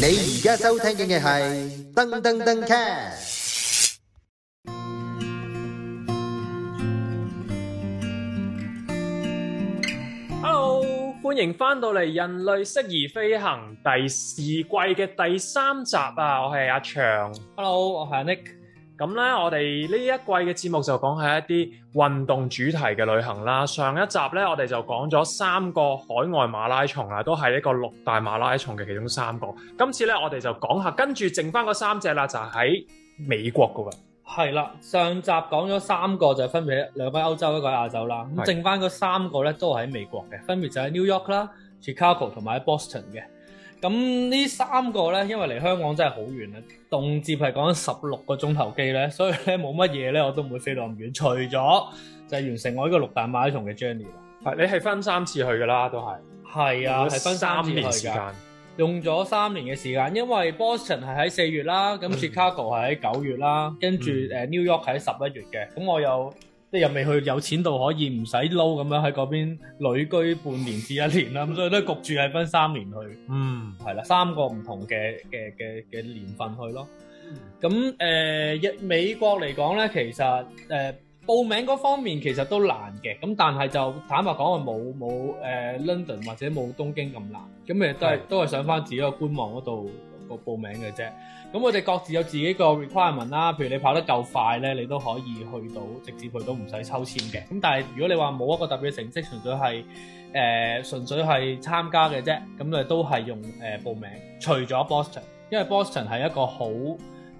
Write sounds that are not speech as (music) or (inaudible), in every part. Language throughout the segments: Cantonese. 你而家收聽嘅係噔噔噔 cast。 Hello，歡迎翻到嚟《人類適宜飛行》第四季嘅第三集啊！我係阿長， Hello，我係 Nick。咁咧我哋呢一季嘅節目就講係一啲運動主題嘅旅行啦。上一集咧我哋就講咗三個海外馬拉松啊，都係一個六大馬拉松嘅其中三個。今次咧我哋就講下，跟住剩翻嗰三隻啦，就喺美國噶喎。係啦，上集講咗三個就分別兩個喺歐洲，一個喺亞洲啦。係咁剩翻嗰三個咧都係喺美國嘅，分別就喺 New York 啦、Chicago 同埋喺 Boston 嘅。咁呢三個咧，因為離香港真係好遠啊，動輒係講緊十六個鐘頭機咧，所以咧冇乜嘢咧我都唔會飛到咁遠，除咗就係完成我呢個六大馬拉松嘅 journey 啦。係你係分三次去噶啦，都係。係啊，係分三次去年時㗎。間。用咗三年嘅時間，因為 Boston 係喺四月啦，咁 Chicago 係喺九月啦，跟住嗯誒 New York 係喺十一月嘅，咁我又即係又未去有錢到可以唔使撈咁樣喺嗰邊旅居半年至一年啦，咁所以都焗住係分三年去，嗯，係啦，三個唔同嘅嘅嘅嘅年份去咯。咁誒、一美國嚟講咧，其實誒、報名嗰方面其實都難嘅，咁但係就坦白講，係冇冇誒 London 或者冇東京咁難，咁亦都係係都係上翻自己個官網嗰度個報名嘅啫。咁我哋各自有自己個 requirement 啦，譬如你跑得夠快咧，你都可以去到直接去到唔使抽籤嘅。咁但係如果你話冇一個特別嘅成績，純粹係誒、呃純粹係參加嘅啫，咁你都係用誒、報名。除咗 Boston，因為 Boston 係一個好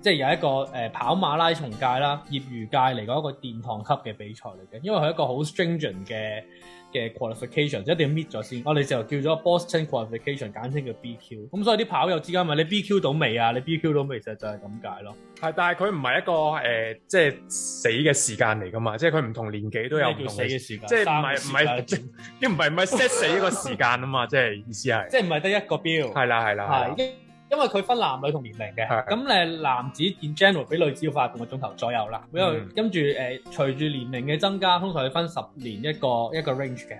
即係有一個誒、跑馬拉松界啦，業餘界嚟講一個殿堂級嘅比賽嚟嘅，因為佢一個好 stringent 嘅嘅 qualification，一定要 meet 咗先。我哋就叫咗 Boston qualification，簡稱叫 BQ。咁所以啲跑友之間問你 BQ 到未啊？你 BQ 到未？其實就係咁解咯。係，但係佢唔係一個誒、呃即係死嘅時間嚟噶嘛，即係佢唔同年紀都有唔咩叫同死嘅嘅，時間，即係唔係三個唔係 (laughs) 時間即唔係唔係 set 死一個時間啊嘛，即 (laughs) 係意思係即係唔係得一個標。係啦係啦係啦係，因因為佢分男女同年齡嘅係，咁誒男子 in general 比女子要快半個鐘頭左右啦。因為嗯跟住誒隨住年齡嘅增加，通常係分十年一個一個 range 嘅，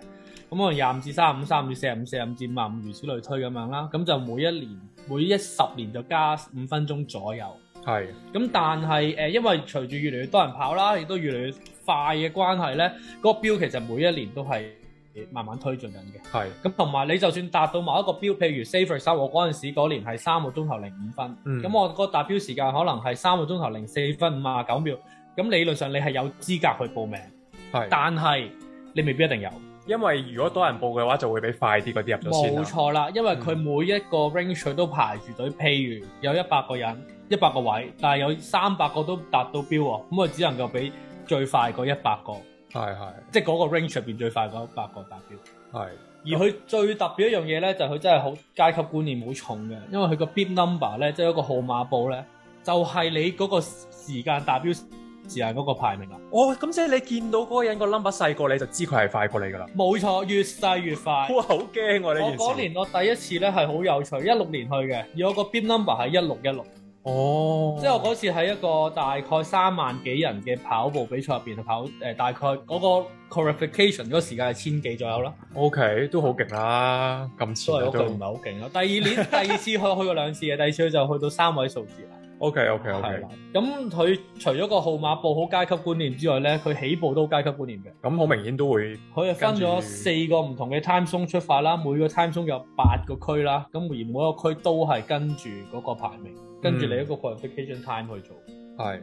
咁可能廿五至三五、三五至四十五、四十五至五十五，如此類推咁樣啦。咁就每一年每一十年就加五分鐘左右。係咁但係誒、呃因為隨住越嚟越多人跑啦，亦都越嚟越快嘅關係咧，嗰、個標其實每一年都係慢慢推進緊嘅。係咁同埋你就算達到某一個標，譬如 save for 三，我嗰陣時嗰年係三個鐘頭零五分，咁、嗯我個達標時間可能係三個鐘頭零四分五啊九秒，咁理論上你係有資格去報名，係，但係你未必一定有。因為如果多人報嘅話，就會俾快啲嗰啲入咗先嗯啦冇。錯啦，因為佢每一個 range 佢都排住隊，譬如有一百個人，一百個位，但係有三百個都達到標喎，咁我只能夠俾最快嗰一百個，係係即係嗰個 range 入邊最快嗰一百個達標。係而佢最特別一樣嘢咧，就係佢真係好階級觀念好重嘅，因為佢個 bid number 咧，即係一個號碼簿咧，就係、你嗰個時間達標時間嗰個排名啦。哦，咁即係你見到嗰個人個 number 細過你，就知佢係快過你噶啦。冇錯，越細越快。哇，好驚喎我呢嗰件事。年我第一次咧係好有趣，一六年去嘅，而我個 bid number 係一六一六，哦，即係我嗰次喺一個大概三萬幾人嘅跑步比賽入邊跑，誒、大概嗰個 qualification 嗰個時間係千幾左右啦。 OK 都好勁啦，咁都係前嗰句唔係好勁咯。第 (laughs) 二年第二次去去過兩次嘅，第二次就去到三位數字啦。 OK OK 係 OK，啦，咁佢除咗個號碼簿好階級觀念之外咧，佢起步都好階級觀念嘅。咁好明顯都會佢係分跟住咗四個唔同嘅 time zone 出發啦，每個 time zone 有八個區啦，咁而每一個區都係跟住嗰個排名，跟嗯住你一個 qualification time 去做。係。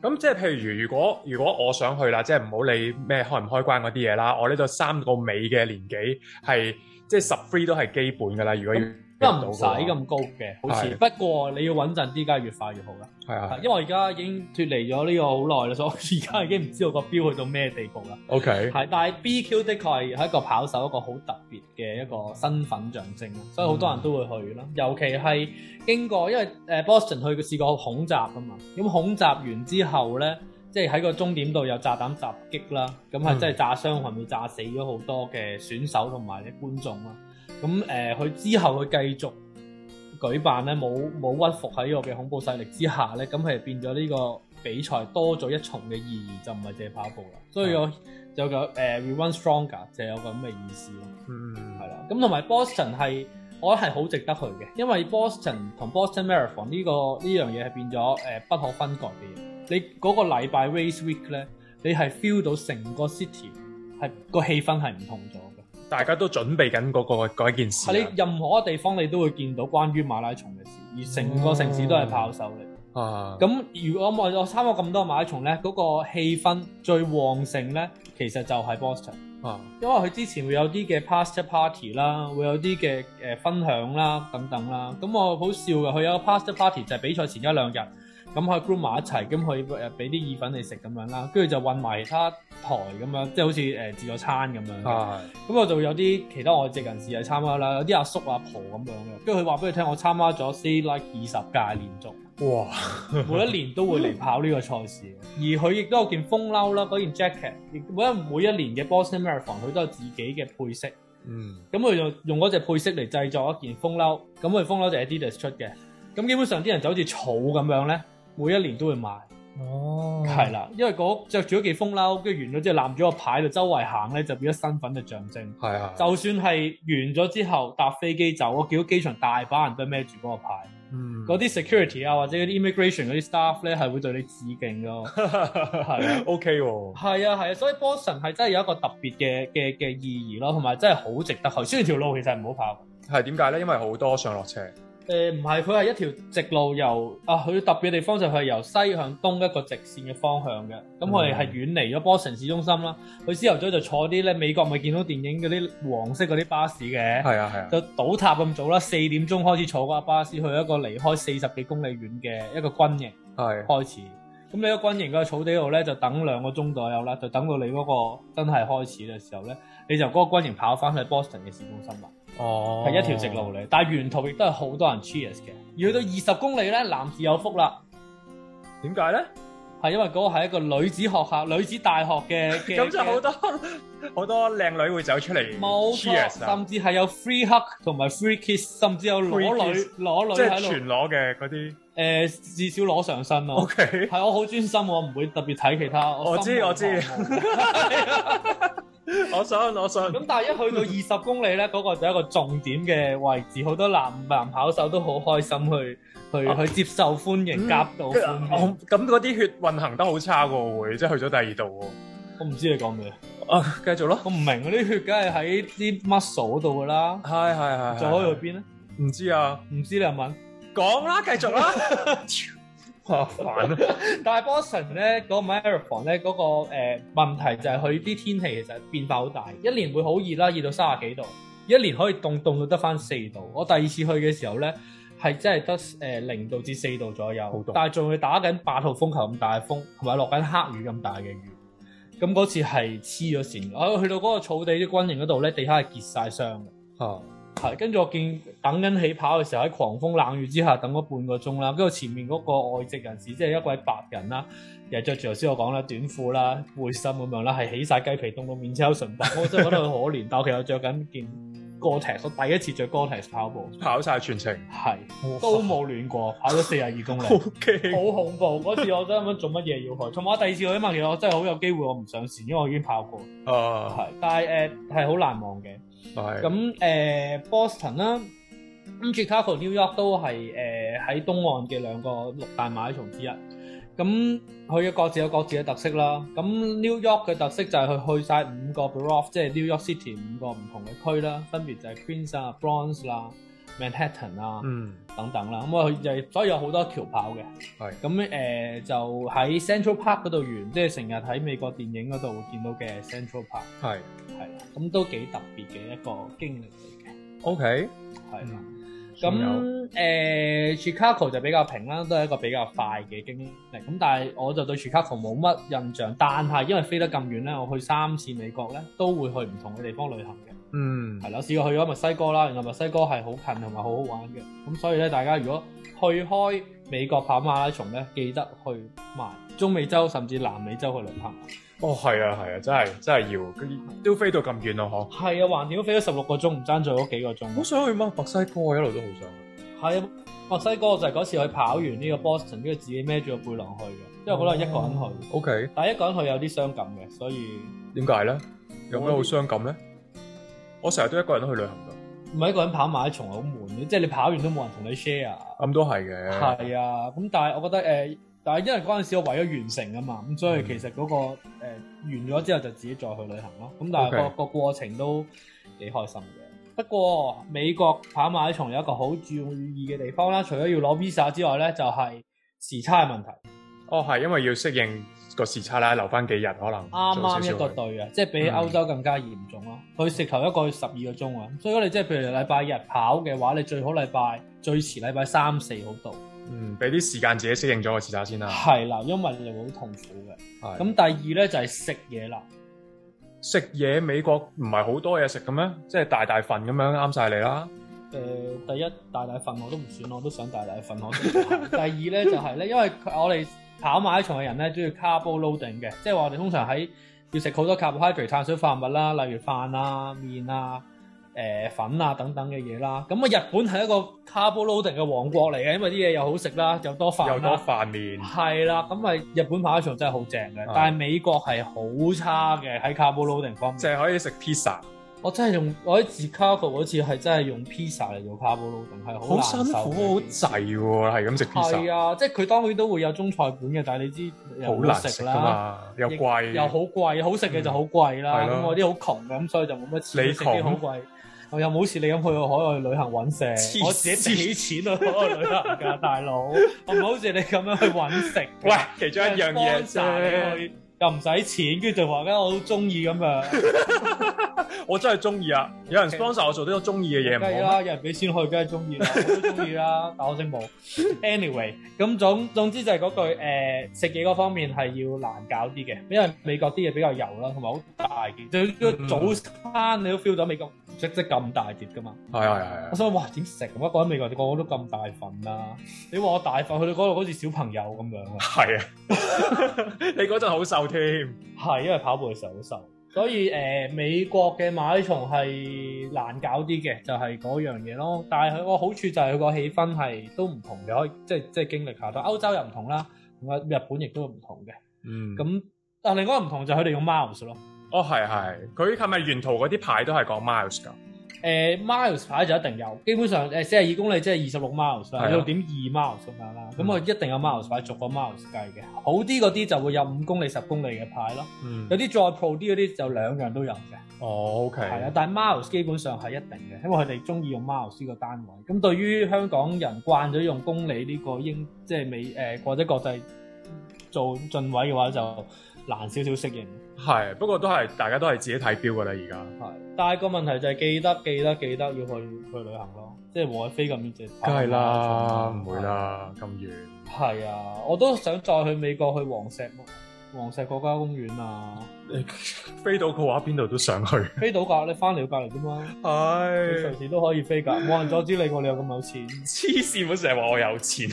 咁即係譬如，如果如果我想去啦，即係唔好理咩開唔開關嗰啲嘢啦，我呢度三個尾嘅年紀係即係十 free 都係基本噶啦。如果要因入為到唔使嘅話咁高嘅，好似係不過你要穩陣啲，梗係越快越好啦。係啊因為我而家已經脱離咗呢個好耐啦，所以我而家已經唔知道個標去到咩地步啦。 ，OK 係，但係 BQ 的確係係一個跑手一個好特別嘅一個身份象徵咯，所以好多人都會去啦。尤其係經過，因為誒呃 Boston 去佢試過恐襲啊嘛，咁恐襲完之後咧，即係喺個終點度有炸彈襲擊啦，咁係嗯真係炸傷甚至炸死咗好多嘅選手同埋啲觀眾啦。咁誒，呃佢、之後佢繼續舉辦咧，冇冇屈服喺呢個嘅恐怖勢力之下咧，咁係變咗呢個比賽多咗一重嘅意義，就唔係淨係跑步啦。所以我有個誒、呃 We Run Stronger 就有個咁嘅意思咯，嗯。係啦。咁同埋 Boston 係我覺得係好值得去嘅，因為 Boston 同 Boston Marathon 呢、個呢樣嘢係變咗誒、呃不可分割嘅嘢。你嗰個禮拜 Race Week 咧，你係 feel 到成個 city 係個氣氛係唔同咗嘅。大家都準備緊嗰、個嗰件事啊係你任何一個地方你都會見到關於馬拉松嘅事，而成個城市都係炮手嚟。啊。咁咁如果我我參加咁多馬拉松咧，嗰、個氣氛最旺盛咧，其實就係 Boston。啊，因為佢之前會有啲嘅 pasta party 啦，會有啲嘅誒分享啦等等啦。咁我好笑嘅，佢有個 pasta party 就係比賽前一兩日，咁佢 group 埋一齊，咁佢誒俾啲意粉你食咁樣啦，跟住就混埋其他台咁樣，即係好似誒、呃自助餐咁樣。啊係咁我就有啲其他外籍人士係參加啦，有啲阿叔阿婆咁樣嘅。跟住佢話俾佢聽，我參加咗 C Like 二十屆連續。 (laughs) 哇，每一年都會嚟跑呢個賽事嘅，而佢亦都有件風褸啦，嗰件 jacket，亦每一每一年嘅 Boston Marathon 佢都有自己嘅配色，嗯咁佢就用嗰隻配色嚟製作一件風褸，咁佢風褸就係 Adidas 出嘅，咁基本上啲人就好似草咁樣咧，每一年都會買，哦係啦、因為嗰着住嗰件風褸，跟住完咗之後攬住個牌就周圍行咧，就變咗身份嘅象徵。係啊，就算係完咗之後搭飛機走，我見到機場大把人都孭住嗰個牌。嗯嗰啲 security 啊，或者嗰啲 immigration 嗰啲 staff 咧，係會對你致敬咯。 (laughs) 係啊 OK 喎，係啊，係啊，所以 Boston 係真係有一個特別嘅嘅嘅意義咯，同埋真係好值得去。雖然條路其實唔好跑，係點解咧？因為好多上落車，誒唔係佢係一條直路由啊，佢特別嘅地方就係由西向東一個直線嘅方向嘅。咁我哋係遠離咗 Boston 市中心啦。佢朝頭早就坐啲咧美國咪見到電影嗰啲黃色嗰啲巴士嘅。係啊係啊，就倒塌咁早啦，四點鐘開始坐嗰架巴士去一個離開四十幾公里遠嘅一個軍營。係開始。咁你喺軍營嘅草地度咧，就等兩個鐘左右啦，就等到你嗰個真係開始嘅時候咧，你就嗰個軍營跑翻去 Boston 嘅市中心啦，哦係、一條直路嚟。但係沿途亦都係好多人 cheers 嘅。而去到二十公里咧，男士有福啦，點解咧？係因為嗰個係一個女子學校、女子大學 (laughs) 嘅嘅咁就好嘅多好多靚女會走出嚟冇錯， cheers 啊，甚至係有 free hug 同埋 free kiss，甚至有裸 Free 女 kiss，裸女即係喺全度，裸嘅嗰啲。誒、呃至少裸上身咯。 OK，係我好專心，我唔會特別睇其他。我知心無我知旁騖 (laughs) 我想我想，咁但係一去到二十公里 (laughs) 咧，嗰、個就係一個重點嘅位置，好多男男跑手都好開心去去、啊去接受歡迎，夾到歡迎。我咁嗰啲血運行得好差喎，會即係去咗第二度我唔知你講咩，喎。啊，繼續咯，我唔明嗰啲血梗係喺啲 muscle 嗰度噶啦，係係係，再可以去邊咧？邊？唔知啊，唔知你又問。講啦，繼續 (laughs) 啦。 (laughs) 哇，煩啊！ (laughs) 但係 Boston 咧嗰、個 marathon 咧嗰、個誒、呃、問題就係佢啲天氣其實變化好大，一年會好熱啦，熱到三十幾度，一年可以凍凍到得翻四度。我第二次去嘅時候咧，係真係得誒零度至四度左好右凍，但係仲要打緊八號風球咁大嘅風，同埋落緊黑雨咁大嘅雨。咁嗰次係黐咗線，我去到嗰個草地啲軍營嗰度咧，地下係結晒霜嘅。啊，係，跟住我見等緊起跑嘅時候，喺狂風冷雨之下等咗半個鐘啦。跟住前面嗰個外籍人士，即係一位白人啦，又着住頭先我講啦短褲啦、背心咁樣啦，係起晒雞皮，凍到面青唇白。我真係覺得佢可憐，但我其實着緊件 Gore-Tex，我第一次着 Gore-Tex 跑步，跑晒全程，係都冇亂過，跑咗四廿二公里。好驚。好恐怖！嗰次我真係諗做乜嘢要去，同埋我第二次去啊嘛，其實我真係好有機會我唔上線，因為我已經跑過。啊，係，但係誒係好難忘嘅。係咁誒、呃 Boston 啦，咁 Chicago、New York 都係誒喺東岸嘅兩個六大馬拉松之一。咁佢嘅各自有各自嘅特色啦。咁 New York 嘅特色就係佢去晒五個 borough，即係 New York City 五個唔同嘅區啦，分別就係 Queens 啊、Bronx 啦、Manhattan 啊。嗯，等等啦，咁啊佢就所以有好多橋跑嘅，係咁誒就喺 Central Park 嗰度完，即係成日喺美國電影嗰度會見到嘅 Central Park。係係啦，咁都幾特別嘅一個經歷嚟嘅， OK。係啦。仲有咁誒、Chicago 就比較平啦，都係一個比較快嘅經歷。咁但係我就對 Chicago 冇乜印象，但係因為飛得咁遠咧，我去三次美國咧，都會去唔同嘅地方旅行嘅。嗯，係啦，試過去咗墨西哥啦，原來墨西哥係好近同埋好好玩嘅。咁所以咧，大家如果去開美國跑馬拉松咧，記得去埋中美洲甚至南美洲去旅行。哦，係啊，係啊，真係真係要，佢都飛到咁遠咯，係啊，橫掂都飛咗十六個鐘，唔爭在嗰幾個鐘嗬。。好想去嘛，墨西哥我一路都好想去。係啊，墨西哥就係嗰次佢跑完呢個 Boston，跟住自己孭住個背囊去嘅，因為嗰度係一個人哦去， OK，但係一個人去有啲傷感嘅，所以點解咧？有咩好傷感咧？我成日都一個人去旅行㗎。唔係一個人跑馬拉松係好悶嘅，即係你跑完都冇人同你 share。咁都係嘅。係啊，咁但係我覺得誒、呃但係因為嗰陣時我為咗完成啊嘛，咁所以其實嗰、個、呃、完咗之後就自己再去旅行咯。咁但係個 OK 個過程都幾開心嘅。不過美國跑馬拉松有一個好注意嘅地方啦，除咗要攞 visa 之外咧，就係、時差嘅問題。哦，係因為要適應個時差啦，留翻幾日可能啱早少嗯啱少一個去對啊，即係比歐洲更加嚴重咯。佢直頭一個十二個鐘啊，所以如果你即係譬如禮拜日跑嘅話，你最好禮拜最遲禮拜三四好到。嗯，俾啲時間自己適應咗個時差先啦。係啦，因為你會好痛苦嘅。係咁第二咧就係食嘢啦，食嘢美國唔係好多嘢食嘅咩？即係大大份咁樣啱晒你啦。誒、第一大大份我都唔算，我都想大大份我都唔係第二咧就係、咧，因為我哋跑馬拉松嘅人咧，中意 carbo loading 嘅，即係話我哋通常喺要食好多 carbohydrate 碳水化合物啦，例如飯啊、麵啊、誒、粉啊等等嘅嘢啦。咁啊，日本係一個 carbo loading 嘅王國嚟嘅，因為啲嘢又好食啦，又多又飯啊多啦。飯面，係啦，咁咪日本跑馬拉松真係好正嘅係，但係美國係好差嘅喺 carbo loading 方面。淨係可以食 pizza，我真係用我喺自 Chicago 嗰次係真係用 pizza 嚟做 carbo loading，係好難受辛苦，好嘅滯喎，係咁食 pizza，係啊，即係佢當然都會有中菜館嘅，但係你知好又難食食噶啦，嘛，又亦貴，又好貴，好食嘅就好貴啦。嗯係咁、咯我啲好窮嘅，咁所以就冇乜錢你食啲好窮貴。我又冇好似你咁去海外旅行揾食，黐我自己俾錢去海外旅行㗎，大佬。 (laughs) 我唔係好似你咁樣去揾食㗎。喂，其中一樣嘢 sponsor 啫，你去又唔使錢，跟住就話咧我好中意咁樣。我真係中意啊！有人 sponsor 我做啲我中意嘅嘢，唔梗係好咩啦，有人俾錢去，梗係中意 (laughs) 啦，我都中意啦，但我姓冇。Anyway，咁總總之就係嗰句誒、呃食嘢嗰方面係要難搞啲嘅，因為美國啲嘢比較油啦，同埋好大件。最個嗯早餐你都 feel 到美國即即咁大碟噶嘛。係啊係係我係，想話點食咁啊？講喺美國個個都咁大份啦、你話我大份去到嗰度好似小朋友咁樣啊？係啊！ (laughs) 你嗰陣好瘦添，係因為跑步嘅時候好瘦。所以誒、呃美國嘅馬拉松係難搞啲嘅，就係、嗰樣嘢咯。但係佢個好處就係佢個氣氛係都唔同嘅，可以即係即係經歷下到。歐洲又唔同啦，咁啊日本亦都唔同嘅。嗯，咁咁但另外一個唔同就係佢哋用 miles 咯。哦係係，佢係咪沿途嗰啲牌都係講 miles 㗎？誒、miles 牌就一定有，基本上誒四廿二公里即係二十六 miles 係啊啦，六點二 miles 咁樣啦。嗯咁我一定有 miles 牌，逐個 miles 計嘅。好啲嗰啲就會有五公里、十公里嘅牌咯。嗯有，啲再 pro 啲嗰啲就兩樣都有嘅。哦 OK，係啊，但係 miles 基本上係一定嘅，因為佢哋中意用 miles 呢個單位。咁對於香港人慣咗用公里呢個英即係美誒、呃或者國際做進位嘅話，就難少少適應。係，不過都係大家都係自己睇表㗎啦，而家。係，但係個問題就係記得記得記得要去去旅行咯，即係無謂飛咁遠就梗係啊啦，唔會。啦，咁遠。啊係啊，我都想再去美國去黃石黃石國家公園啊，飛到嘅話，邊度都想去。飛到㗎，你翻嚟要隔離啫嘛，你係隨時都可以飛㗎，冇人阻止你喎，你有咁有錢。黐線，我成日話我有錢。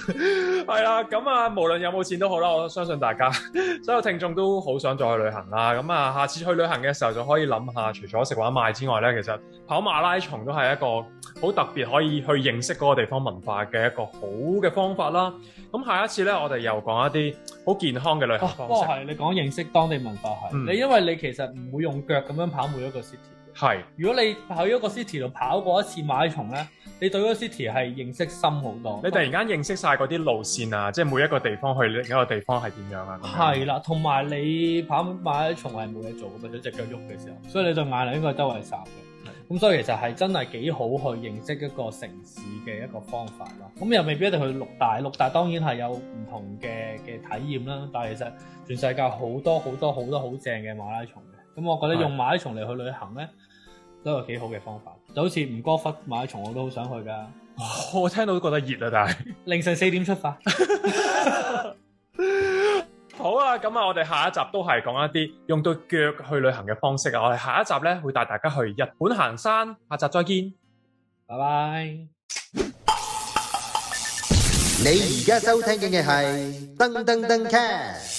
(laughs) 係啦，咁啊，無論有冇錢都好啦，我相信大家 (laughs) 所有聽眾都好想再去旅行啦。咁啊，下次去旅行嘅時候就可以諗下，除咗食玩買之外咧，其實跑馬拉松都係一個好特別可以去認識嗰個地方文化嘅一個好嘅方法啦。咁下一次咧，我哋又講一啲好健康嘅旅行哦，不方過式。係你講認識當地文化係，嗯你因為你其實唔會用腳咁樣跑每一個 city 嘅。係、如果你喺一個 city 度跑過一次馬拉松咧，你對嗰個 city 係認識深好多。你突然間認識晒嗰啲路線啊，即係每一個地方去另一個地方係點樣啊？咁樣係啦，同埋你跑馬拉松係冇嘢做嘅嘛，佢只腳喐嘅時候，所以你對眼係應該周圍睄嘅。咁所以其實係真係幾好去認識一個城市嘅一個方法啦。咁又未必一定去六大，六大當然係有唔同嘅嘅體驗啦。但係其實全世界好多好多好多好正嘅馬拉松嘅。咁我覺得用馬拉松嚟去旅行咧，都係幾好嘅方法。就好似吳哥窟馬拉松，我都好想去㗎。 (laughs) 我聽到都覺得熱啊，但係凌晨四點出發。好啦，咁啊，我哋下一集都係講一啲用對腳去旅行嘅方式啊。我哋下一集咧會帶大家去日本行山，下集再見。拜拜。你而家收聽嘅係噔噔噔 c a